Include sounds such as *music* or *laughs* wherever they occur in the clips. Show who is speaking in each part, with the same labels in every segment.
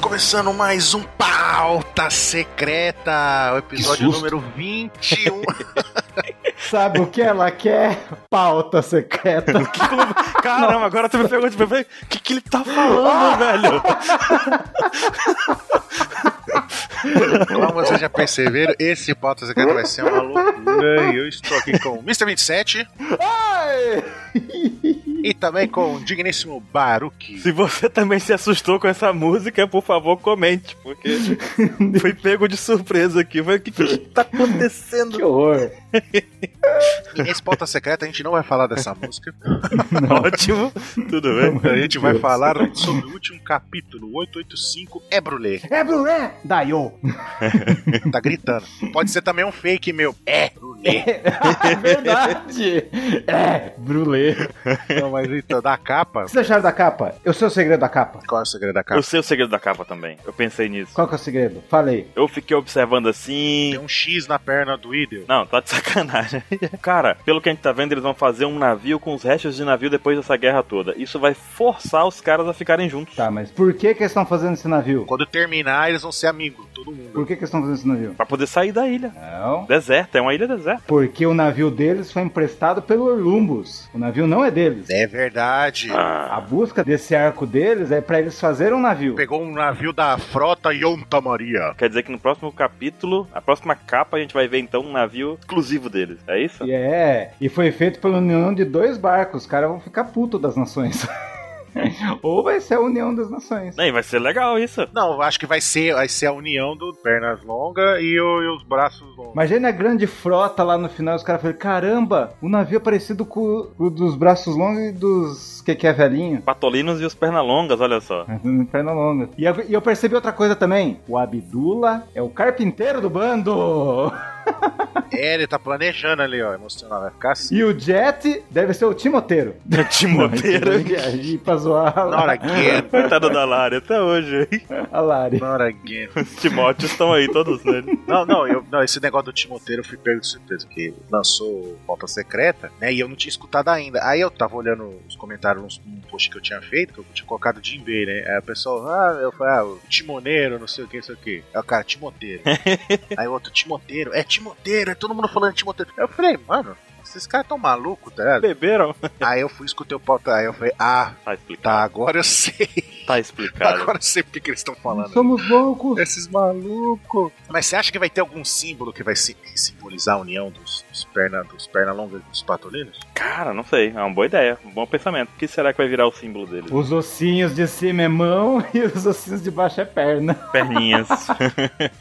Speaker 1: começando mais um Pauta Secreta, o episódio
Speaker 2: Que susto.
Speaker 1: número 21.
Speaker 3: *laughs* Sabe o que ela quer? Pauta secreta.
Speaker 4: *laughs* Caramba, agora tu me pegou de bebê. O que, que ele tá
Speaker 3: Ah,
Speaker 4: falando, velho?
Speaker 1: Como vocês já perceberam, esse Pauta Secreta vai ser uma loucura. E eu estou aqui com o Mr. 27 e também com o digníssimo Baruque.
Speaker 4: Se você também se assustou com essa música, por favor, comente,
Speaker 3: *laughs*
Speaker 4: porque fui pego de surpresa aqui. Foi o que, que tá acontecendo?
Speaker 3: que horror.
Speaker 1: E nesse Pauta Secreta a gente não vai falar dessa música,
Speaker 4: Tá Ótimo, tudo bem.
Speaker 1: a gente vai falar sobre o último capítulo, 885 é Brulé.
Speaker 3: É Brulé!
Speaker 4: *laughs*
Speaker 3: Daiô! *laughs*
Speaker 1: Tá gritando. Pode ser também um fake meu. É Brulé.
Speaker 3: É verdade! É, Brulé.
Speaker 1: Não, mas então, da capa.
Speaker 3: O que vocês acharam da capa? Eu sei o segredo da capa.
Speaker 1: Qual é o segredo da capa?
Speaker 4: Eu sei o segredo da capa também. Eu pensei nisso.
Speaker 3: Qual que é o segredo? Falei.
Speaker 4: Eu fiquei observando
Speaker 1: Tem
Speaker 4: assim.
Speaker 1: um X na perna do Idel.
Speaker 4: Não, tá de sacanagem. *laughs* Cara, pelo que a gente tá vendo, eles vão fazer um navio com os restos de navio depois dessa guerra toda. Isso vai forçar os caras a ficarem juntos.
Speaker 3: Tá, mas por que que eles estão fazendo esse navio?
Speaker 1: Quando terminar, eles vão ser amigos, todo mundo.
Speaker 3: Por que que eles estão fazendo esse navio?
Speaker 4: Pra poder sair da ilha.
Speaker 3: Não.
Speaker 4: Deserta, é uma ilha deserta.
Speaker 3: Porque o navio deles foi emprestado pelo Orlumbus. O navio não é deles.
Speaker 1: É verdade.
Speaker 3: A busca desse arco deles é pra eles fazerem um navio.
Speaker 1: Pegou um navio da frota Yonta Maria.
Speaker 4: Quer dizer que no próximo capítulo, a próxima capa, a gente vai ver então um navio exclusivo deles. É isso?
Speaker 3: E é, e foi feito pela união de dois barcos. Os caras vão ficar puto das nações. *laughs* Ou vai ser a união das nações.
Speaker 4: Não, e vai ser legal isso.
Speaker 1: Não, eu acho que vai ser, vai ser a união do pernas longas e, o- e os braços longos.
Speaker 3: Imagina a grande frota lá no final, os caras falam, caramba, o navio é parecido com o dos braços longos e dos que que é velhinho.
Speaker 4: Patolinos e os Pernalongas, olha *laughs* só.
Speaker 3: Perna longa. E eu, e eu percebi outra coisa também. O Abdula é o carpinteiro do bando.
Speaker 1: É, ele tá planejando ali, ó, emocional. Vai ficar assim.
Speaker 3: E o Jet deve ser o Timoteiro.
Speaker 4: Timoteiro.
Speaker 3: E pra zoar a,
Speaker 1: Not
Speaker 3: La-
Speaker 1: again.
Speaker 4: Coitado da Lari, até hoje. hein?
Speaker 3: a
Speaker 1: *laughs*
Speaker 3: Lari.
Speaker 1: Not again.
Speaker 4: Os Timóteos estão aí, todos nele.
Speaker 1: Não, não, eu, não, esse negócio do Timoteiro eu fui pego de surpresa, porque lançou Pauta Secreta, né? E eu não tinha escutado ainda. Aí eu tava olhando os comentários nos- num post que eu tinha feito, que eu tinha colocado de Bay, né? Aí o pessoal, ah, eu falei, ah, o Timoneiro, não sei o que, não sei o que. Aí o cara, Timoteiro. Aí o outro, Timoteiro, é Timoteiro, é todo mundo falando Timoteiro. Aí eu falei, mano. Esses caras tão malucos, tá
Speaker 4: *laughs*
Speaker 1: ligado?
Speaker 4: *laughs* Beberam?
Speaker 1: Aí eu fui escutei o pauta, aí eu falei, ah,
Speaker 4: Tá explicado.
Speaker 1: tá, agora eu sei.
Speaker 4: Tá explicado.
Speaker 1: Agora eu sei porque eles estão falando.
Speaker 3: Somos loucos.
Speaker 1: Esses malucos. Mas você acha que vai ter algum símbolo que vai si- que simbolizar a união dos, dos perna, dos perna longa e dos patolinos?
Speaker 4: Cara, não sei. É uma boa ideia. Um bom pensamento. O que será que vai virar o símbolo deles?
Speaker 3: Os ossinhos de cima é mão *laughs* e os ossinhos de baixo é perna.
Speaker 4: Perninhas.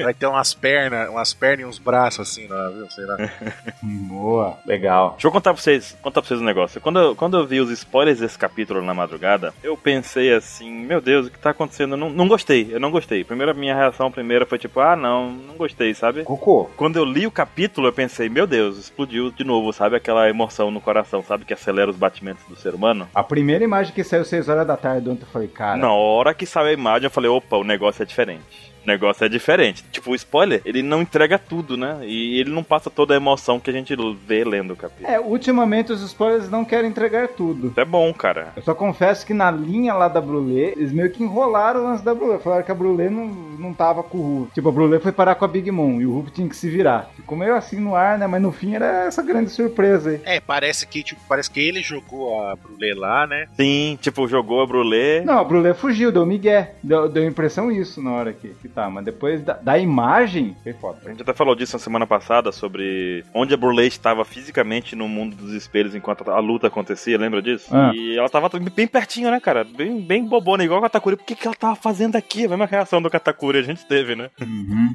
Speaker 1: Vai ter umas pernas, umas pernas e uns braços assim, não, viu? Sei lá.
Speaker 3: Boa, legal.
Speaker 4: Deixa eu contar pra vocês, contar pra vocês um negócio. Quando eu, quando eu vi os spoilers desse capítulo na madrugada, eu pensei assim, meu Deus, o que tá acontecendo? Eu Não, não gostei, eu não gostei. Primeiro, a minha reação primeira foi tipo, ah, não, não gostei, sabe?
Speaker 3: Cocô.
Speaker 4: Quando eu li o capítulo, eu pensei, meu Deus, explodiu de novo, sabe? Aquela emoção no coração, sabe? Que acelera os batimentos do ser humano.
Speaker 3: A primeira imagem que saiu 6 horas da tarde ontem eu falei, cara.
Speaker 4: Na hora que saiu a imagem, eu falei, opa, o negócio é diferente. O negócio é diferente. Tipo, o spoiler, ele não entrega tudo, né? E ele não passa toda a emoção que a gente vê lendo o capítulo.
Speaker 3: É, ultimamente os spoilers não querem entregar tudo.
Speaker 4: Isso é bom, cara.
Speaker 3: Eu só confesso que na linha lá da Brulé, eles meio que enrolaram o lance da Brulé. Falaram que a Brulé não, não tava com o Hulk. Tipo, a Brulé foi parar com a Big Mom e o Hulk tinha que se virar. Ficou meio assim no ar, né? Mas no fim era essa grande surpresa aí.
Speaker 1: É, parece que, tipo, parece que ele jogou a Brulé lá, né?
Speaker 4: Sim, tipo, jogou a brulê.
Speaker 3: Não, a Brulé fugiu, deu migué. Deu, deu a impressão isso na hora que, que tá. Mas depois da, da imagem, foi
Speaker 4: A
Speaker 3: foda.
Speaker 4: gente até falou disso na semana passada, sobre onde a Brulé estava fisicamente no mundo dos espelhos enquanto a luta acontecia, lembra disso?
Speaker 3: Ah.
Speaker 4: E ela tava bem pertinho, né, cara? Bem, bem bobona, igual a Katakuri. Por que, que ela tava fazendo aqui? A mesma reação do Katakuri a gente teve, né?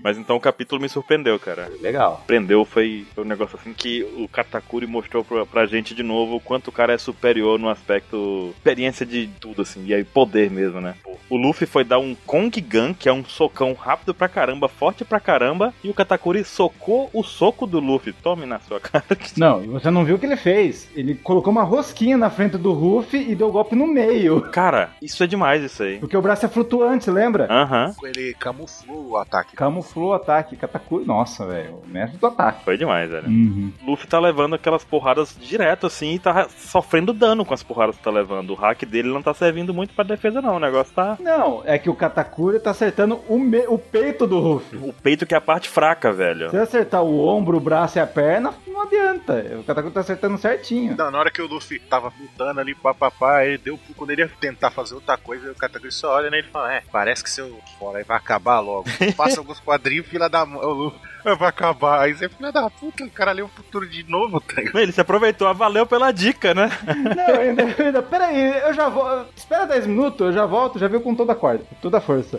Speaker 4: Mas então o capítulo me surpreendeu, cara.
Speaker 3: Legal.
Speaker 4: Prendeu foi foi um negócio assim que o Katakuri mostrou pra, pra gente de novo o quanto o cara é superior no aspecto experiência de tudo, assim, e aí poder mesmo, né? O Luffy foi dar um Kong Gun, que é um socão Tom rápido pra caramba, forte pra caramba, e o Katakuri socou o soco do Luffy. Tome na sua *laughs* cara.
Speaker 3: Não, e você não viu o que ele fez. Ele colocou uma rosquinha na frente do Ruff e deu golpe no meio. *laughs*
Speaker 4: Cara, isso é demais isso aí.
Speaker 3: Porque o braço é flutuante, lembra?
Speaker 4: Aham,
Speaker 1: Ele camuflou o ataque.
Speaker 3: Camuflou o ataque, Katakuri. Nossa, velho. o Mestre do ataque.
Speaker 4: foi demais, velho.
Speaker 3: Uhum.
Speaker 4: Luffy tá levando aquelas porradas direto, assim, e tá sofrendo dano com as porradas que tá levando. O hack dele não tá servindo muito pra defesa, não. O negócio tá.
Speaker 3: Não, é que o Katakuri tá acertando o, me- o peito do Ruff.
Speaker 4: O peito que é a parte fraca, velho.
Speaker 3: Se ele acertar o ombro, o braço e a perna, não adianta. O Katakuri tá acertando certinho.
Speaker 1: Não, na hora que o Luffy tava lutando ali, papapá, ele deu. Quando ele ia tentar fazer outra coisa, o Katakuri só olha nele e fala: É, parece que seu fora aí vai acabar *laughs* logo. Passa alguns quadrinhos, fila da mão. O Luffy "É, vai acabar. Aí você, filha da puta, o cara leu o futuro de novo, tá ligado?
Speaker 4: Ele se aproveitou, ah, valeu pela dica, né?
Speaker 3: Não, ainda, ainda. Peraí, eu já volto. Espera 10 minutos, eu já volto, já veio com toda a corda, com toda a força.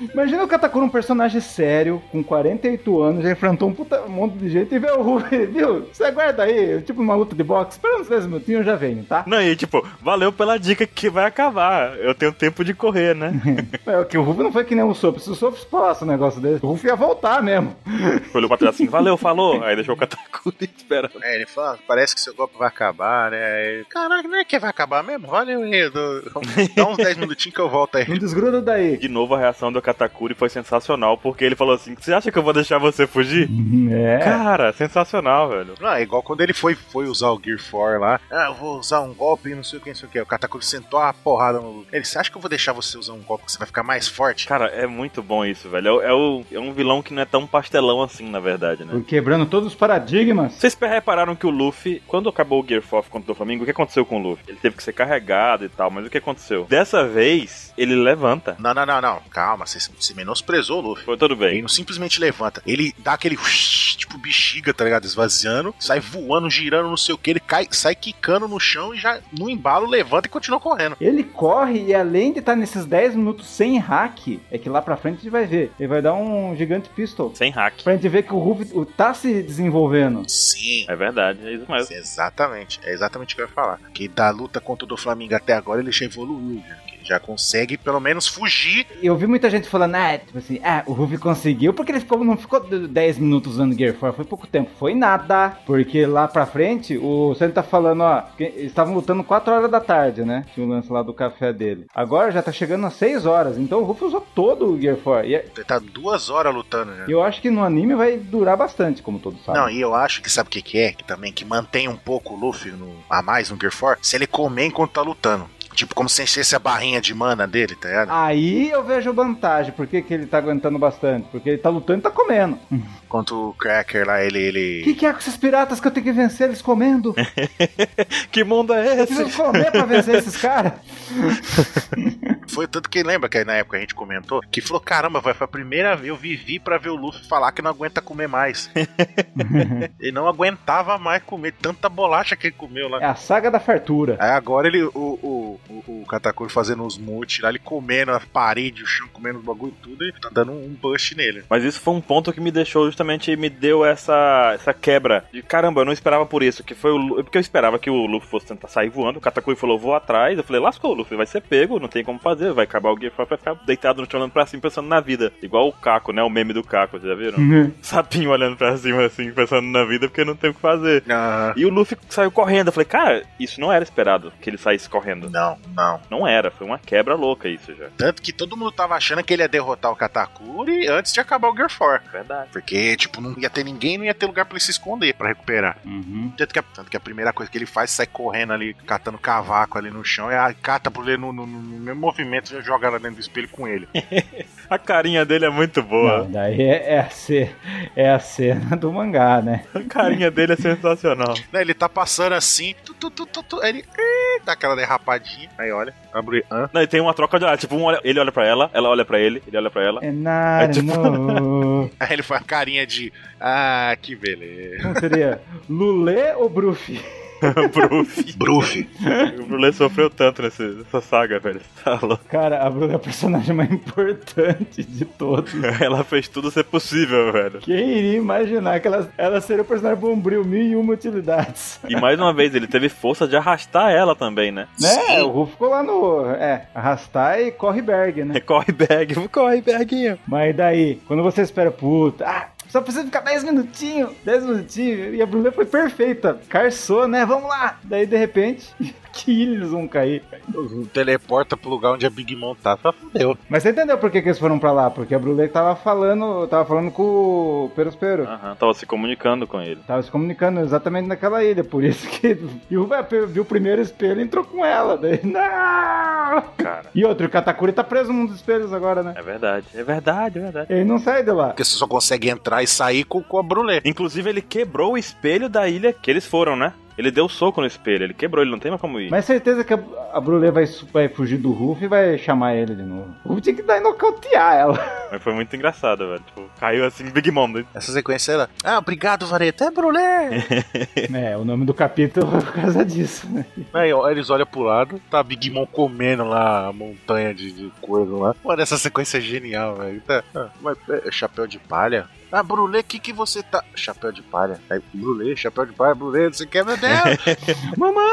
Speaker 3: Imagina o Katakuri, um personagem sério, com 48 anos, já enfrentou um puta um monte de gente e vê o Ruby, *laughs* viu? Você aguarda aí, tipo uma luta de boxe, espera uns 10 minutinhos, eu já venho, tá?
Speaker 4: *laughs* Não, e tipo, valeu pela dica que vai acabar. Eu tenho tempo de correr, *laughs* né?
Speaker 3: É, que o Ruby não foi que nem o Sop. Se o Sop falasse um negócio desse, o Ruby ia voltar mesmo.
Speaker 4: Olhou pra trás assim, valeu, falou. Aí deixou o Katakuri *laughs* esperando.
Speaker 1: É, ele fala, parece que seu golpe vai acabar, né? Aí ele, Caraca, não é que vai acabar mesmo? Valeu aí, eu dou- dá uns 10 minutinhos que eu volto aí.
Speaker 3: Não desgruda daí.
Speaker 4: De novo, a reação do Katakuri foi sensacional, porque ele falou assim: Você acha que eu vou deixar você fugir?
Speaker 3: É.
Speaker 4: Cara, sensacional, velho.
Speaker 1: *laughs* Não, é igual quando ele foi, foi usar o Gear 4 lá. Ah, eu vou usar um golpe, não sei o que, não sei o que. O Katakuri sentou a porrada no Luffy. Ele, você acha que eu vou deixar você usar um golpe que você vai ficar mais forte?
Speaker 4: Cara, é muito bom isso, velho. É, o- é o- é um vilão que não é tão pastelão assim, na verdade, né?
Speaker 3: Quebrando todos os paradigmas.
Speaker 4: Vocês repararam que o Luffy, quando acabou o Gear 4 contra o Flamengo, o que aconteceu com o Luffy? Ele teve que ser carregado e tal, mas o que aconteceu? Dessa vez, ele levanta.
Speaker 1: Não, não, não, não. Calma, você, você menosprezou o Luffy.
Speaker 4: Foi tudo
Speaker 1: Ele
Speaker 4: bem.
Speaker 1: não simplesmente levanta. Ele dá aquele tipo bexiga, tá ligado? Esvaziando, sai voando, girando, não sei o que. Ele cai, sai quicando no chão e já no embalo levanta e continua correndo.
Speaker 3: Ele corre e além de estar nesses 10 minutos sem hack, é que lá pra frente a gente vai ver. Ele vai dar um gigante pistol.
Speaker 4: Sem hack.
Speaker 3: Pra gente ver que o Ruff o- tá se desenvolvendo.
Speaker 1: Sim.
Speaker 4: É verdade, é isso mesmo.
Speaker 1: Exatamente, é exatamente o que eu ia falar. Que da luta contra o Flamengo até agora ele já evoluiu, né? Que já consegue pelo menos fugir.
Speaker 3: Eu vi muita gente falando, ah, tipo assim, ah, o Ruff conseguiu porque ele ficou, não ficou 10 minutos usando Gear 4, foi pouco tempo, foi nada. Porque lá pra frente, o Sandy tá falando, ó, que eles estavam lutando 4 horas da tarde, né? Tinha o lance lá do café dele. Agora já tá chegando às 6 horas, então o Ruff usou todo o Gear 4. E é-
Speaker 1: Ele tá duas horas lutando, né?
Speaker 3: eu acho que no anime vai durar bastante, como todos sabem.
Speaker 1: Não, e eu acho que sabe o que, que é? Que também que mantém um pouco o Luffy no, a mais no Gear 4 se ele comer enquanto tá lutando. Tipo, como se enchesse a barrinha de mana dele, tá ligado?
Speaker 3: Aí eu vejo vantagem. Por que, que ele tá aguentando bastante? Porque ele tá lutando e tá comendo.
Speaker 1: Enquanto o Cracker lá, ele.
Speaker 3: O
Speaker 1: ele...
Speaker 3: que, que é com esses piratas que eu tenho que vencer eles comendo?
Speaker 4: Que mundo é esse?
Speaker 3: Preciso comer pra vencer esses caras?
Speaker 1: Foi tanto que lembra que na época a gente comentou que falou: caramba, vai, foi a primeira vez eu vivi pra ver o Luffy falar que não aguenta comer mais. *laughs* ele não aguentava mais comer tanta bolacha que ele comeu lá.
Speaker 3: É a saga da fartura.
Speaker 1: Aí agora ele, o, o, o, o Katakuri fazendo os mutes lá, ele comendo a parede, o chão, comendo os bagulho e tudo, e tá dando um bust nele.
Speaker 4: Mas isso foi um ponto que me deixou justamente, me deu essa, essa quebra. De caramba, eu não esperava por isso. Que foi o Lu- Porque eu esperava que o Luffy fosse tentar sair voando. O Katakuri falou, vou atrás. Eu falei, lascou, o Luffy vai ser pego, não tem como fazer. Vai acabar o Gear 4, vai ficar deitado no chão olhando pra cima, pensando na vida. Igual o Caco, né? O meme do Caco, vocês já viram? Sapinho olhando pra cima assim, pensando na vida, porque não tem o que fazer.
Speaker 1: Ah,
Speaker 4: E o Luffy saiu correndo. Eu falei, cara, isso não era esperado que ele saísse correndo.
Speaker 1: não, não.
Speaker 4: Não era, foi uma quebra louca isso já.
Speaker 1: Tanto que todo mundo tava achando que ele ia derrotar o Katakuri antes de acabar o Gear 4.
Speaker 4: Verdade.
Speaker 1: Porque, tipo, não ia ter ninguém, não ia ter lugar pra ele se esconder, pra recuperar.
Speaker 3: Uhum.
Speaker 1: Tanto que, a, tanto que a primeira coisa que ele faz, sai correndo ali, catando cavaco ali no chão, é a cata por ele no, no, no- no mesmo movimento já joga ela dentro do espelho com ele. *laughs*
Speaker 4: A carinha dele é muito boa.
Speaker 3: Não, daí é, é a ce- é a cena do mangá, né?
Speaker 4: A carinha dele é sensacional.
Speaker 1: Né, ele tá passando assim, tu, tu, tu, tu, tu, aí ele "Ih", dá aquela derrapadinha, aí olha, abre. Hã? *laughs*
Speaker 4: Não, e tem uma troca de olhar. Tipo, um olha- ele olha pra ela, ela olha pra ele, ele olha pra ela.
Speaker 3: É nada,
Speaker 4: É tipo-
Speaker 3: não.
Speaker 1: Aí ele faz carinha de. Ah, que beleza.
Speaker 3: Como seria? Lulê ou Brufi?
Speaker 4: Bruf.
Speaker 1: Bruf.
Speaker 4: O Brulé sofreu tanto nesse- nessa saga, velho. Tá louco.
Speaker 3: Cara, a Brulé é a personagem mais importante de todos.
Speaker 4: Ela fez tudo ser possível, velho.
Speaker 3: Quem iria imaginar que ela, ela seria o personagem bombril, mil e uma utilidades?
Speaker 4: E mais uma vez, ele teve força de arrastar ela também, né?
Speaker 3: Né? O Rufo ficou lá no. É, arrastar e corre berg, né?
Speaker 4: Corre, Berg. Corre, Berguinho.
Speaker 3: Mas daí, quando você espera, puta, ah, só precisa ficar 10 minutinhos, 10 minutinhos, e a Brulé foi perfeita, carçou, né? Vamos lá! Daí, de repente, *laughs* que ilhas vão cair.
Speaker 1: *laughs* Teleporta pro lugar onde a Big Mom tá. Fala, fudeu.
Speaker 3: Mas você entendeu por que, que eles foram pra lá? Porque a Brulé tava falando, tava falando com o Perospero.
Speaker 4: Aham, tava se comunicando com ele.
Speaker 3: Tava se comunicando exatamente naquela ilha, por isso que *laughs* e o Vape viu o primeiro espelho e entrou com ela. *laughs* Daí, não!
Speaker 4: Cara,
Speaker 3: E outro, o Katakuri tá preso num dos espelhos agora, né?
Speaker 4: é verdade. É verdade, é verdade.
Speaker 3: Ele não sai de lá.
Speaker 1: Porque você só consegue entrar e sair com, com a Brulé.
Speaker 4: Inclusive, ele quebrou o espelho da ilha que eles foram, né? Ele deu soco no espelho, ele quebrou, ele não tem mais como ir.
Speaker 3: Mas certeza que a, a Brulé vai, su- vai fugir do Ruff e vai chamar ele de novo. O Ruff tinha que dar e nocautear ela.
Speaker 4: Mas foi muito engraçado, velho. Tipo, caiu assim, Big Mom. né?
Speaker 1: Essa sequência era. Ah, obrigado, Vareta. É Brulé.
Speaker 3: é, o nome do capítulo *laughs* é por causa disso, né?
Speaker 1: *laughs* Aí ó, eles olham pro lado, tá a Big Mom comendo lá a montanha de, de coisa lá. Mano, essa sequência é genial, velho. Tá, ah, mas, é, chapéu de palha. Ah, Brulé, que que você tá. Chapéu de palha. Aí, Brulé, chapéu de palha, Brulé, não sei o que, meu Deus. *laughs*
Speaker 3: Mamãe!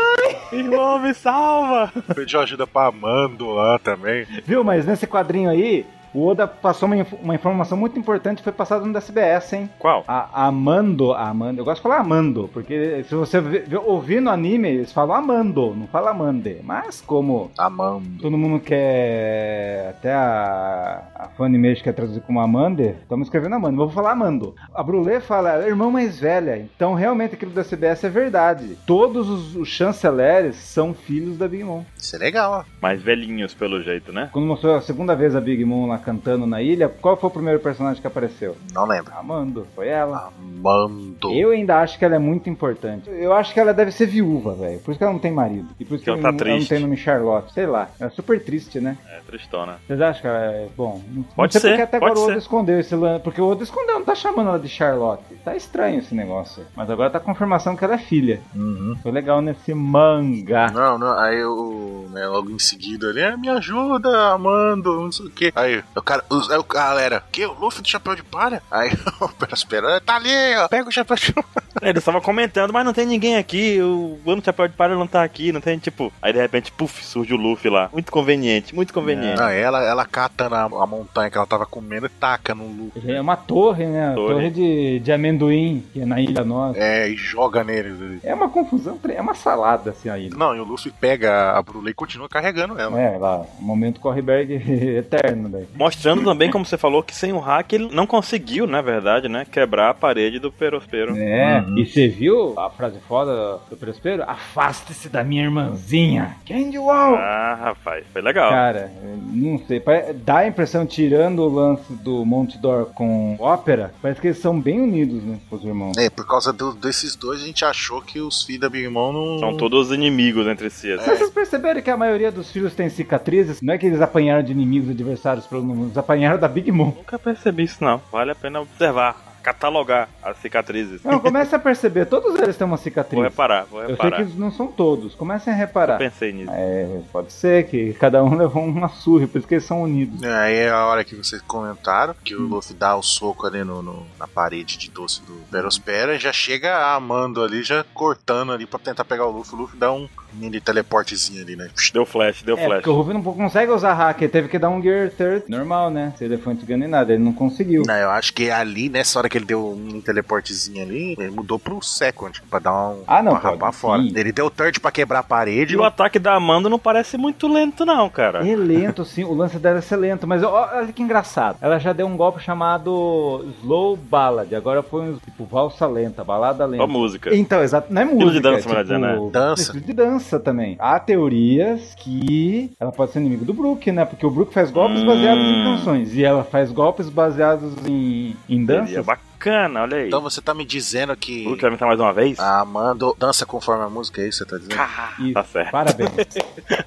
Speaker 4: Irmão, me salva!
Speaker 1: Pediu ajuda pra Amando lá também.
Speaker 3: Viu, mas nesse quadrinho aí, o Oda passou uma, inf- uma informação muito importante que foi passada no SBS, hein?
Speaker 4: Qual?
Speaker 3: A Amando, a Amando, eu gosto de falar Amando, porque se você vê- vê- ouvir no anime, eles falam Amando, não fala Amande. Mas como
Speaker 1: Amando.
Speaker 3: todo mundo quer, até a, a Funimation quer traduzir como Amande, estamos escrevendo Amando, mas eu vou falar Amando. A Brulé fala, ela é a irmã mais velha, então realmente aquilo da CBS é verdade. Todos os, os chanceleres são filhos da Big Mom.
Speaker 1: Isso é legal, ó.
Speaker 4: Mais velhinhos, pelo jeito, né?
Speaker 3: Quando mostrou a segunda vez a Big Mom lá cantando na ilha, qual foi o primeiro personagem que apareceu?
Speaker 1: Não lembro.
Speaker 3: Amando, foi ela.
Speaker 1: Amando.
Speaker 3: Eu ainda acho que ela é muito importante. Eu acho que ela deve ser viúva, velho. Por isso que ela não tem marido. E por isso que
Speaker 4: Ela tá
Speaker 3: não-
Speaker 4: triste.
Speaker 3: não tem nome Charlotte. Sei lá. Ela é super triste, né?
Speaker 4: É, tristona.
Speaker 3: Vocês acham que ela é. Bom. não-
Speaker 4: Pode
Speaker 3: não sei
Speaker 4: ser,
Speaker 3: porque até
Speaker 4: pode
Speaker 3: agora o Oda
Speaker 4: ser.
Speaker 3: escondeu esse lance. Porque o Oda escondeu, não tá chamando ela de Charlotte. Tá estranho esse negócio. Mas agora tá a confirmação que ela é filha.
Speaker 1: Uhum.
Speaker 3: Foi legal nesse mangá.
Speaker 1: Não, não, aí eu, né, logo em seguida ali, ah, me ajuda, Amando, não sei o que. Aí, o cara, os, aí o galera, que? O Luffy do chapéu de palha? Aí, *laughs* eu, pera, espera, tá ali, ó, pega o chapéu de palha.
Speaker 4: Ele tava comentando, mas não tem ninguém aqui, o Mano Chapéu de Palha não tá aqui, não tem, tipo... Aí, de repente, puf, surge o Luffy lá. Muito conveniente, muito conveniente.
Speaker 1: Não, ela, ela cata na a montanha que ela tava comendo e taca no Luffy.
Speaker 3: É uma torre, né?
Speaker 4: Torre.
Speaker 3: Torre, de, de amendoim, que é na ilha nossa.
Speaker 1: É, e joga neles. ali.
Speaker 3: É uma confusão, é uma salada assim a ilha.
Speaker 1: Não, e o Luffy pega a Brulé e continua carregando ela.
Speaker 3: É, lá, momento Correberg *laughs* eterno né? daí.
Speaker 4: Mostrando também, como você falou, que sem o hack ele não conseguiu, na verdade, né? Quebrar a parede do Perospero.
Speaker 3: É,
Speaker 4: Uhum.
Speaker 3: e você viu a frase foda do Prospero? Afaste-se da minha irmãzinha. Candy Wall!
Speaker 4: Ah, rapaz, foi legal.
Speaker 3: Cara, eu não sei, pare- dá a impressão, tirando o lance do Montidor com ópera, parece que eles são bem unidos, né, os irmãos.
Speaker 1: É, por causa do- desses dois, a gente achou que os filhos da Big Mom não.
Speaker 3: um-
Speaker 4: São todos inimigos entre si, assim.
Speaker 3: Mas Vocês perceberam que a maioria dos filhos tem cicatrizes? Não é que eles apanharam de inimigos adversários pelo mundo, eles apanharam da Big Mom.
Speaker 4: Nunca percebi isso, não. Vale a pena observar, catalogar as cicatrizes.
Speaker 3: Não, começa a perceber, todos eles têm uma
Speaker 4: Vou
Speaker 3: cicatriz.
Speaker 4: reparar, vou
Speaker 3: É Eu sei
Speaker 4: reparar.
Speaker 3: que não são todos, comecem a reparar.
Speaker 4: Pensei nisso.
Speaker 3: É, pode ser que cada um *laughs* levou uma surra, por isso que eles são unidos.
Speaker 1: É, Aí é a hora que vocês comentaram que
Speaker 3: Hum.
Speaker 1: o Luffy dá o soco ali no, no- na parede de doce do Perospera e já chega a Amando ali, já cortando ali pra tentar pegar o Luffy. O Luffy dá um mini teleportezinho ali, né?
Speaker 4: Deu flash, deu
Speaker 3: É,
Speaker 4: flash.
Speaker 3: porque o Ruffy não consegue usar hack, ele teve que dar um Gear Third normal, né? Sem elefante ganha nem nada, ele não conseguiu.
Speaker 1: Não, eu acho que ali, nessa hora que ele deu um mini teleportezinho ali, ele mudou pro second pra dar um.
Speaker 3: Ah, não,
Speaker 1: pra rapar
Speaker 3: pode,
Speaker 1: fora.
Speaker 3: sim.
Speaker 1: Ele deu third pra quebrar a parede.
Speaker 4: E o ataque da Amanda não parece muito lento, não, cara.
Speaker 3: É lento, sim, o lance dela é ser lento, mas ó, olha que engraçado. Ela já deu um golpe chamado Slow Ballad, agora foi um tipo valsa lenta, balada lenta.
Speaker 4: Ó, música.
Speaker 3: Então, exato, não é
Speaker 4: de
Speaker 3: música.
Speaker 4: dança,
Speaker 3: é,
Speaker 4: melhor dizendo, né?
Speaker 1: Dança.
Speaker 3: estilo de dança também. Há teorias que ela pode ser inimigo do Brook, né? Porque o Brook faz golpes
Speaker 4: Hum.
Speaker 3: baseados em canções e ela faz golpes baseados em, em
Speaker 4: Seria
Speaker 3: danças.
Speaker 4: é Bacana, olha aí.
Speaker 1: Então você tá me dizendo que
Speaker 4: Luke vai me entrar mais uma vez?
Speaker 1: a Amanda dança conforme a música, é isso que você tá dizendo?
Speaker 4: Cá,
Speaker 3: Ah, Isso.
Speaker 4: Tá certo. *laughs*
Speaker 3: Parabéns.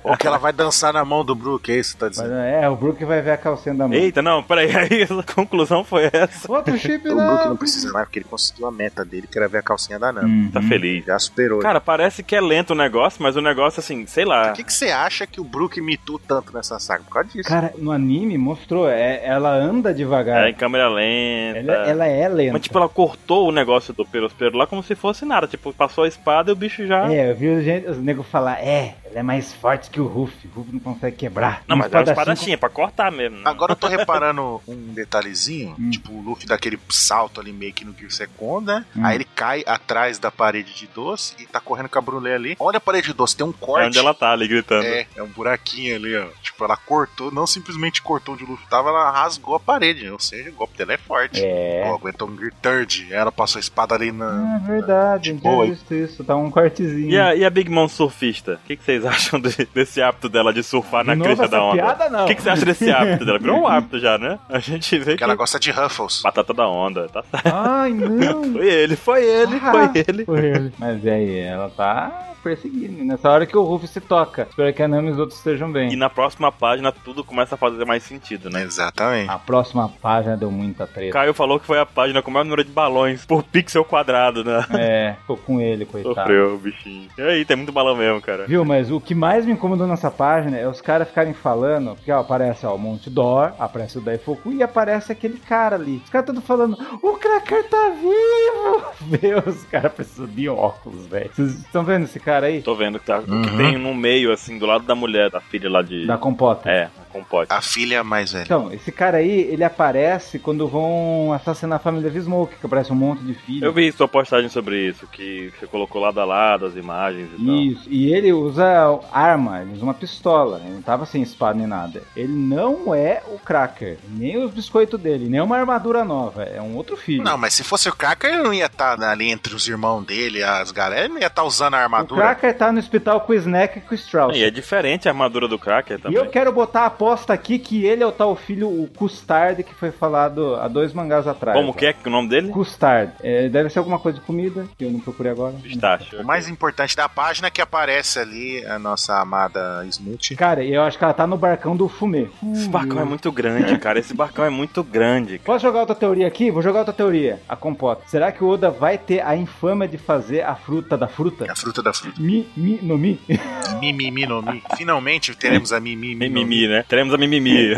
Speaker 1: Ou que ela vai dançar na mão do Brook, é isso que você tá
Speaker 3: Mas,
Speaker 1: dizendo?
Speaker 3: é, o Brook vai ver a calcinha da mão.
Speaker 4: Eita, não, peraí, *laughs* aí a conclusão foi essa.
Speaker 3: Outro
Speaker 4: *laughs*
Speaker 3: chip
Speaker 1: O Brook um não
Speaker 3: não.
Speaker 1: precisa mais, porque ele conseguiu a meta dele, que era ver a calcinha da Nana.
Speaker 3: Hum.
Speaker 4: Tá feliz.
Speaker 1: Já superou.
Speaker 4: Cara, parece que é lento o negócio, mas o negócio, assim, sei
Speaker 1: o
Speaker 4: lá.
Speaker 1: que, que você acha que o Brook mitou tanto nessa saga? Por causa disso.
Speaker 3: Cara, no anime mostrou, é- ela anda devagar.
Speaker 4: É em câmera lenta.
Speaker 3: ela, ela é lenta.
Speaker 4: Mas, tipo, ela cortou o negócio do perospero lá como se fosse nada. Tipo, passou a espada e o bicho já.
Speaker 3: É, eu vi os, gente, os negros falar, é, ela é mais forte que o Ruff, o Ruff não consegue quebrar.
Speaker 4: Não, mas era uma
Speaker 3: espadachim
Speaker 4: espadachinha, pra cortar mesmo. né?
Speaker 1: Agora eu tô reparando *laughs* um detalhezinho,
Speaker 3: Hum.
Speaker 1: tipo o Luffy dá aquele salto ali meio que no Gear Second, né?
Speaker 3: Hum.
Speaker 1: Aí ele cai atrás da parede de doce e tá correndo com a Brulé ali. Olha a parede de doce, tem um
Speaker 4: É
Speaker 1: corte.
Speaker 4: onde ela tá ali gritando.
Speaker 1: É, é um buraquinho ali, ó. Tipo, ela cortou, não simplesmente cortou onde o Luffy tava, ela rasgou a parede. Ou seja, o golpe dela é forte.
Speaker 3: É.
Speaker 1: Pô, aguentou um Gear Third. Ela passou a espada ali na.
Speaker 3: É verdade,
Speaker 1: De
Speaker 3: não
Speaker 1: boa.
Speaker 3: tinha visto isso, tá um cortezinho.
Speaker 4: E a, e a Big Mom surfista? O que, que vocês *laughs* acham de- desse hábito dela de surfar
Speaker 3: De
Speaker 4: na
Speaker 3: novo
Speaker 4: crista
Speaker 3: essa
Speaker 4: da onda?
Speaker 3: piada, não.
Speaker 4: O que, que você acha desse hábito dela?
Speaker 3: *laughs*
Speaker 4: Virou um hábito já, né? A gente vê que.
Speaker 3: Hum.
Speaker 1: Porque ela gosta de Ruffles.
Speaker 4: Batata da
Speaker 3: *laughs*
Speaker 4: onda, tá certo.
Speaker 3: Ai, não.
Speaker 4: Foi ele, foi ele,
Speaker 3: Ah.
Speaker 4: foi ele.
Speaker 3: Foi ele. Mas aí, ela tá perseguindo. Nessa hora que o Ruff se toca. Espero que a Nami e os outros estejam bem.
Speaker 4: E na próxima página tudo começa a fazer mais sentido, né?
Speaker 1: Exatamente.
Speaker 3: A próxima página deu muita treta.
Speaker 4: Caio falou que foi a página com o maior número de balões por pixel quadrado, né?
Speaker 3: É, tô com ele, coitado.
Speaker 4: Sofreu o bichinho. E aí, tem muito balão mesmo, cara.
Speaker 3: Viu, mas o que mais me incomodou nessa página é os caras ficarem falando, porque ó, aparece ó, o Monte Dor, aparece o Daifoku e aparece aquele cara ali. Os caras todos falando, o Cracker tá vivo! *laughs* Meu, os caras precisam de óculos, velho. Vocês estão vendo esse cara aí?
Speaker 4: Tô vendo que tá, o que
Speaker 1: Uhum.
Speaker 4: tem no meio, assim, do lado da mulher, da filha lá de.
Speaker 3: Da compota.
Speaker 4: É, a compote.
Speaker 1: A filha mais velha.
Speaker 3: Então, esse cara aí, ele aparece quando vão assassinar a família Vismoke, que aparece um monte de filhos.
Speaker 4: Eu vi sua postagem sobre isso, que você colocou lado a lado as imagens e tal.
Speaker 3: Isso, e ele usa arma, ele usa uma pistola, ele não tava sem espada nem nada. Ele não é o Cracker, nem os biscoitos dele, nem uma armadura nova, é um outro filho.
Speaker 1: Não, mas se fosse o Cracker, ele não ia estar ali entre os irmãos dele, as galera. Ele não ia estar usando a
Speaker 3: o
Speaker 1: armadura.
Speaker 3: Cracker tá no hospital com o Snack e com o Strauss.
Speaker 4: E é diferente a armadura do Cracker
Speaker 3: E
Speaker 4: também.
Speaker 3: eu quero botar a aposta aqui que ele é o tal filho, o Custard, que foi falado há dois mangás atrás.
Speaker 4: Como que é que o nome dele?
Speaker 3: Custard. É, deve ser alguma coisa de comida, que eu não procurei agora.
Speaker 4: Pistache.
Speaker 1: O mais importante da página é que aparece ali a nossa amada Smoot.
Speaker 3: Cara, eu acho que ela tá no barcão do Fumê.
Speaker 4: Esse barcão é muito grande, cara. Esse barcão é muito grande.
Speaker 3: Posso jogar outra teoria aqui? Vou jogar outra teoria. A compota. Será que o Oda vai ter a infâmia de fazer a fruta da fruta?
Speaker 1: A fruta da fruta.
Speaker 3: Mi, mi, no mi? *laughs*
Speaker 1: Mimimi no mi. Finalmente teremos a Mimimi. no Mi.
Speaker 4: Mimimi, né? Teremos a mimimi.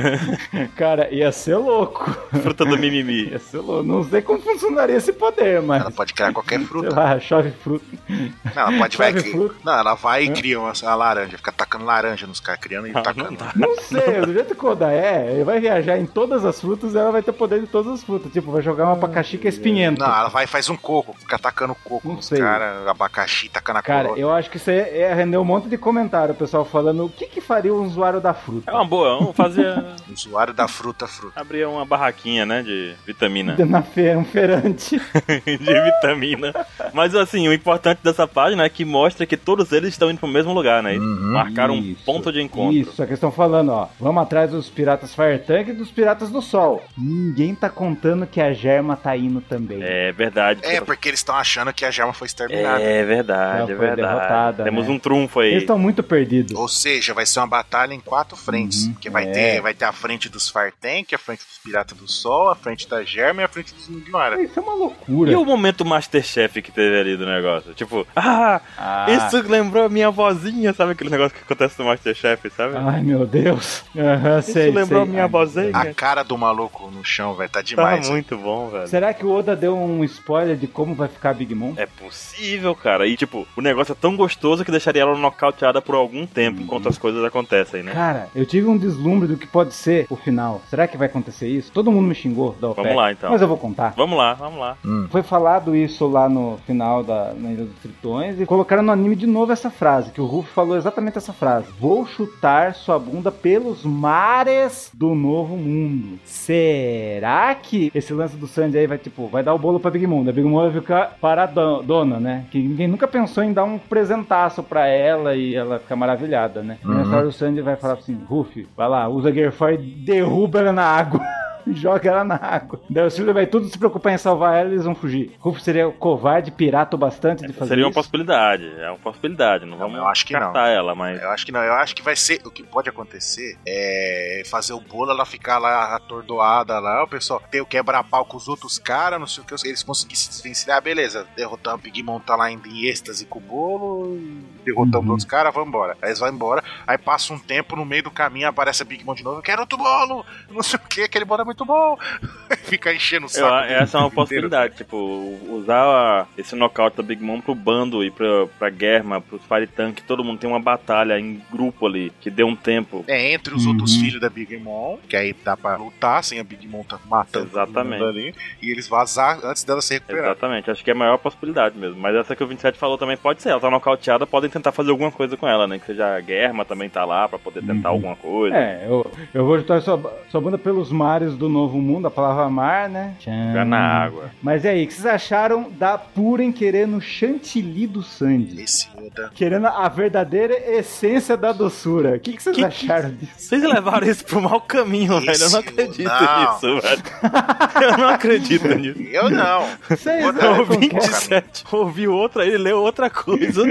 Speaker 3: Cara, ia ser louco. *laughs*
Speaker 4: *laughs* Fruta do mimimi.
Speaker 3: Ia ser louco. Não sei como funcionaria esse poder, mas.
Speaker 1: Ela pode criar qualquer
Speaker 3: Sei
Speaker 1: fruta.
Speaker 3: lá, chove fruta.
Speaker 1: Não, ela pode vai
Speaker 3: Sabe
Speaker 1: cri-
Speaker 3: fruta?
Speaker 1: Não, ela vai e cria uma, uma laranja, fica tacando laranja nos caras, criando e
Speaker 4: Ah,
Speaker 1: tacando.
Speaker 4: não dá.
Speaker 3: Não sei, do jeito que o Oda é, ele vai viajar em todas as frutas e ela vai ter poder de todas as frutas. Tipo, vai jogar um abacaxi que é espinhento.
Speaker 1: Não, ela vai e faz um coco, fica tacando coco
Speaker 3: Não
Speaker 1: nos
Speaker 3: sei.
Speaker 1: caras, abacaxi, tacando a
Speaker 3: Cara,
Speaker 1: coroa.
Speaker 3: eu acho que isso aí é, rendeu um monte de comentário, o pessoal falando o que, que faria o usuário da fruta.
Speaker 4: É uma boa. Vamos fazer.
Speaker 1: Usuário da fruta, fruta.
Speaker 4: Abrir uma barraquinha, né? De vitamina.
Speaker 3: Na feira, um feirante.
Speaker 4: *laughs* de vitamina. Mas assim, o importante dessa página é que mostra que todos eles estão indo pro mesmo lugar, né? Marcaram um
Speaker 3: Uhum. Isso.
Speaker 4: ponto de encontro.
Speaker 3: Isso, só que eles estão falando, ó. Vamos atrás dos piratas Fire Tank e dos piratas do Sol. Ninguém tá contando que a Germa tá indo também.
Speaker 4: É verdade.
Speaker 1: É, porque eles estão achando que a Germa foi exterminada.
Speaker 4: É verdade,
Speaker 3: Ela
Speaker 4: é
Speaker 3: foi
Speaker 4: verdade.
Speaker 3: derrotada,
Speaker 4: Temos
Speaker 3: né?
Speaker 4: um trunfo aí.
Speaker 3: Eles estão muito perdidos.
Speaker 1: Ou seja, vai ser uma batalha em quatro frentes.
Speaker 3: Uhum,
Speaker 1: porque vai,
Speaker 3: é.
Speaker 1: ter, vai ter a frente dos Fire Tank, a frente dos Piratas do Sol, a frente da Germa e a frente dos Mugiwara.
Speaker 3: Isso é uma loucura.
Speaker 4: E o momento Masterchef que teve ali do negócio? Tipo, ah,
Speaker 3: Ah.
Speaker 4: isso lembrou a minha vozinha, sabe aquele negócio que acontece no Masterchef, sabe?
Speaker 3: Ai, meu Deus. Aham,
Speaker 4: isso
Speaker 3: sei,
Speaker 4: lembrou a
Speaker 3: sei.
Speaker 4: minha
Speaker 3: Ai,
Speaker 4: vozinha.
Speaker 1: A cara do maluco no chão, vai tá
Speaker 4: Tá
Speaker 1: demais.
Speaker 4: muito bom, velho.
Speaker 3: Será que o Oda deu um spoiler de como vai ficar a Big Mom?
Speaker 4: É possível, cara. E tipo, o negócio é tão gostoso que deixaria ela nocauteada por algum tempo
Speaker 3: Uhum.
Speaker 4: enquanto as coisas acontecem, né?
Speaker 3: Cara, eu tive um deslumbre do que pode ser o final. Será que vai acontecer isso? Todo mundo me xingou da OPEC.
Speaker 4: Vamos lá, então.
Speaker 3: Mas eu vou contar.
Speaker 4: Vamos lá, vamos lá.
Speaker 3: Foi falado isso lá no final da na Ilha dos Tritões e colocaram no anime de novo essa frase, que o Ruff falou exatamente essa frase. Vou chutar sua bunda pelos mares do novo mundo. Será que esse lance do Sandy aí vai, tipo, vai dar o bolo pra Big Mom? né? A Big Mom vai ficar paradona, né? Que ninguém nunca pensou em dar um presentaço pra ela e ela ficar maravilhada, né? E nessa hora o Sandy vai falar assim, Ruff, vai lá, usa a Gear Force e derruba ela na água. joga ela na água. Daí o Thriller vai tudo se preocupar em salvar ela e eles vão fugir. Rufus seria covarde, pirata o bastante de fazer
Speaker 4: Seria uma
Speaker 3: isso.
Speaker 4: possibilidade, é uma possibilidade. Não vamos
Speaker 1: eu acho que não.
Speaker 4: descartar ela, mas.
Speaker 1: Eu acho que não, eu acho que vai ser. O que pode acontecer é fazer o bolo, ela ficar lá atordoada lá, o pessoal ter o quebra-pau com os outros caras, não sei o que, eles conseguirem se desvencilhar, beleza, derrotamos o Big Mom tá lá em êxtase com o bolo, derrotamos
Speaker 3: Uhum.
Speaker 1: os outros caras, vamos embora. Aí eles vão embora, aí passa um tempo, no meio do caminho aparece a Big Mom de novo, eu quero outro bolo, não sei o que, aquele bolo é muito bom. *laughs* Fica enchendo o
Speaker 4: Eu,
Speaker 1: saco. dele
Speaker 4: essa é uma
Speaker 1: o tempo inteiro.
Speaker 4: possibilidade, tipo, usar a- esse nocaute da Big Mom pro bando e pra, pra Germa, pros Fire Tank, todo mundo tem uma batalha em grupo ali, que deu um tempo.
Speaker 1: É entre os
Speaker 3: Uhum.
Speaker 1: outros filhos da Big Mom, que aí dá pra lutar sem a Big Mom tá matando todo mundo
Speaker 4: Exatamente.
Speaker 1: ali, e eles vazar antes dela se recuperar.
Speaker 4: Exatamente, acho que é a maior possibilidade mesmo. Mas essa que o 27 falou também pode ser, ela tá nocauteada, podem tentar fazer alguma coisa com ela, né? Que seja a Germa também tá lá pra poder tentar
Speaker 3: Uhum.
Speaker 4: alguma coisa.
Speaker 3: É, eu, eu vou juntar sua, sua banda pelos mares do Novo Mundo, a palavra mar, né?
Speaker 4: Jogar na água.
Speaker 3: Mas e aí, o que vocês acharam da Puren querendo chantilly do Sandy?
Speaker 1: Esse Oda.
Speaker 3: Querendo a verdadeira essência da doçura. O que, que vocês
Speaker 4: Que-
Speaker 3: acharam disso?
Speaker 4: Vocês levaram isso pro mau caminho, velho. Eu
Speaker 1: Isso,
Speaker 4: não acredito
Speaker 1: não.
Speaker 4: nisso, velho. *laughs* Eu não acredito nisso.
Speaker 1: Eu não.
Speaker 3: *laughs* Vocês
Speaker 1: Oda,
Speaker 3: não
Speaker 4: Não,
Speaker 1: Cara,
Speaker 3: concordam?
Speaker 4: 27. Ouvi outra, ele leu outra *laughs* coisa.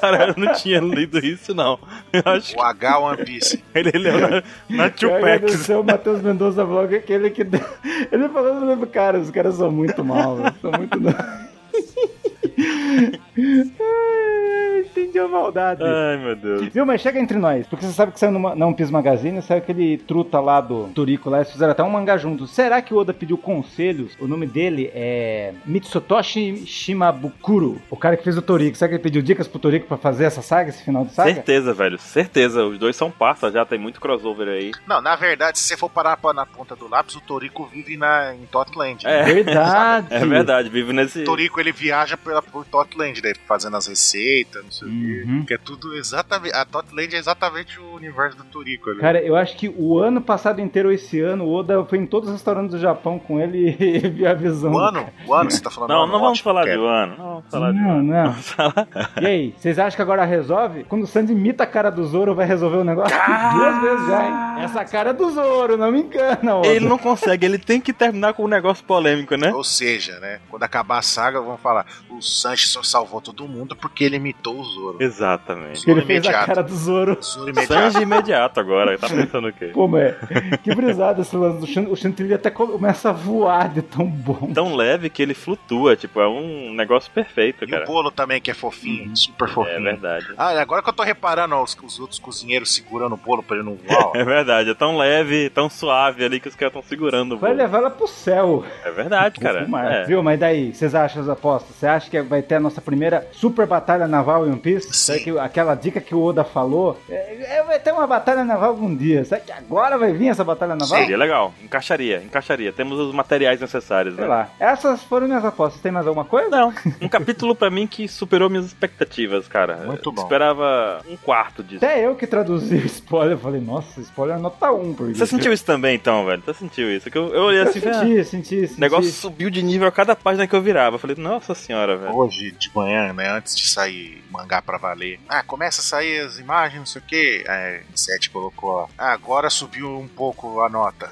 Speaker 4: Cara, eu não tinha lido isso, não. Eu acho
Speaker 1: O H One Piece.
Speaker 4: que ele leu na, na
Speaker 3: Eu
Speaker 4: Tupac.
Speaker 3: agradecer o Matheus Mendonça Vlog, aquele que. deu- Ele falou, eu lembro, cara, os caras são muito mal, velho, são muito. *laughs* Ai, Entendi a maldade.
Speaker 4: Ai, meu Deus.
Speaker 3: Viu, mas chega entre nós, porque você sabe que saiu numa, na One Piece Magazine, saiu aquele truta lá do Turico lá, eles fizeram até um mangá junto. Será que o Oda pediu conselhos? O nome dele é Mitsutoshi Shimabukuro, o cara que fez o Toriko. Será que ele pediu dicas pro Toriko pra fazer essa saga, esse final de saga?
Speaker 4: Certeza, velho. Certeza. Os dois são parça já, tem muito crossover aí.
Speaker 1: Não, na verdade, se você for parar pra- na ponta do lápis, o Toriko vive na, em Totland. né?
Speaker 4: É.
Speaker 3: Verdade.
Speaker 4: *laughs* É verdade, vive nesse.
Speaker 1: O Toriko ele viaja pela, por Totland, daí fazendo as receitas, não sei o quê.
Speaker 3: Uhum.
Speaker 1: Que é tudo exatamente. A Totland é exatamente o universo do Toriko ali.
Speaker 3: Cara, eu acho que o ano passado inteiro, esse ano, o Oda foi em todos os restaurantes do Japão com ele *laughs* e viu a visão.
Speaker 1: o ano? O ano, você tá falando?
Speaker 4: Não, é.
Speaker 1: ano,
Speaker 4: não vamos
Speaker 1: ótimo,
Speaker 4: falar de
Speaker 1: quero.
Speaker 4: Wano. Não vamos falar de
Speaker 3: Não,
Speaker 4: Wano.
Speaker 3: não.
Speaker 4: Vamos falar.
Speaker 3: E aí, vocês acham que agora resolve? Quando o Sandy imita a cara do Zoro, vai resolver o negócio? Duas vezes já, hein? Essa cara é do Zoro, não me engana, Oda.
Speaker 4: Ele não consegue, ele tem que terminar com um negócio polêmico, né?
Speaker 1: Ou seja, né? Quando acabar a saga, vão falar: o Sanji só salvou todo mundo porque ele imitou o Zoro.
Speaker 4: Exatamente.
Speaker 3: Ele
Speaker 1: Zoro
Speaker 3: fez a
Speaker 1: imediato.
Speaker 3: cara do Zoro.
Speaker 1: Zoro imediato.
Speaker 4: Sanji imediato agora, tá pensando o quê?
Speaker 3: Pô, mas que brisada esse lance do Chantilly. O Chantilly até começa a voar de tão bom.
Speaker 4: Tão leve que ele flutua, tipo, é um negócio perfeito,
Speaker 1: E o
Speaker 4: cara.
Speaker 1: bolo também, que é fofinho, super
Speaker 4: É
Speaker 1: fofinho.
Speaker 4: verdade.
Speaker 1: ah, e agora que eu tô reparando ó, os, os outros cozinheiros segurando o bolo pra ele não voar. ó.
Speaker 4: *laughs* É verdade, é tão leve, tão suave ali que os caras estão segurando o
Speaker 3: Vai
Speaker 4: bolo.
Speaker 3: levar ela pro céu.
Speaker 4: É verdade, cara.
Speaker 3: Vou filmar.
Speaker 4: É.
Speaker 3: Viu? Mas daí, vocês acham as apostas? Você acha que vai ter a nossa primeira super batalha naval em One Piece?
Speaker 1: Sim.
Speaker 3: Será que aquela dica que o Oda falou? é- é- vai ter uma batalha naval algum dia. Será que agora vai vir essa batalha naval?
Speaker 4: Seria legal. Encaixaria, encaixaria. Temos os materiais necessários,
Speaker 3: Sei
Speaker 4: né?
Speaker 3: lá. Essas foram minhas apostas. Tem mais alguma coisa?
Speaker 4: Não, um capítulo pra mim que superou minhas expectativas, cara.
Speaker 1: Muito
Speaker 4: Eu
Speaker 1: bom.
Speaker 4: Esperava um quarto disso.
Speaker 3: Até eu que traduzi o spoiler, eu falei, nossa, spoiler nota 1, porque...
Speaker 4: Você sentiu isso também, então, velho? Você sentiu isso? Que eu, eu olhei
Speaker 3: Eu
Speaker 4: assim,
Speaker 3: senti,
Speaker 4: falei,
Speaker 3: senti, senti,
Speaker 4: ah, o negócio subiu de nível a cada página que eu virava. Eu falei, nossa senhora, velho.
Speaker 1: Hoje de manhã, né, antes de sair o mangá pra valer. Ah, começa a sair as imagens, não sei o que. É, Sete colocou ó. Ah, agora subiu um pouco a
Speaker 4: *laughs*
Speaker 1: nota.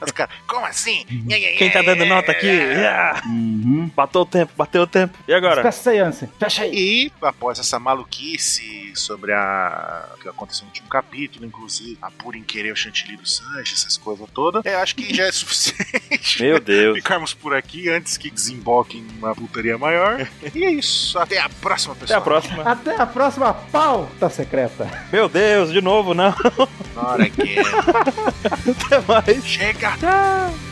Speaker 1: Os caras, como assim?
Speaker 4: Quem tá dando nota aqui? Ah!
Speaker 3: Uhum.
Speaker 4: Bateu o tempo, bateu o tempo. E agora?
Speaker 3: Fecha aí, Ansem. Fecha aí.
Speaker 1: E após essa maluquice sobre a o que aconteceu no último capítulo, inclusive a Purim querer o chantilly do Sanji, essas coisas todas, eu acho que já é
Speaker 4: *laughs*
Speaker 1: suficiente.
Speaker 4: Meu Deus.
Speaker 1: Ficarmos por aqui antes que desemboque em uma putaria
Speaker 4: *laughs*
Speaker 1: maior. E é isso. Até a próxima,
Speaker 4: Até a
Speaker 1: pessoal.
Speaker 4: próxima.
Speaker 3: Até a próxima pauta secreta.
Speaker 4: Meu Deus, de novo, não. *laughs*
Speaker 1: Not again.
Speaker 4: Até mais.
Speaker 1: Chega!
Speaker 4: Tchau.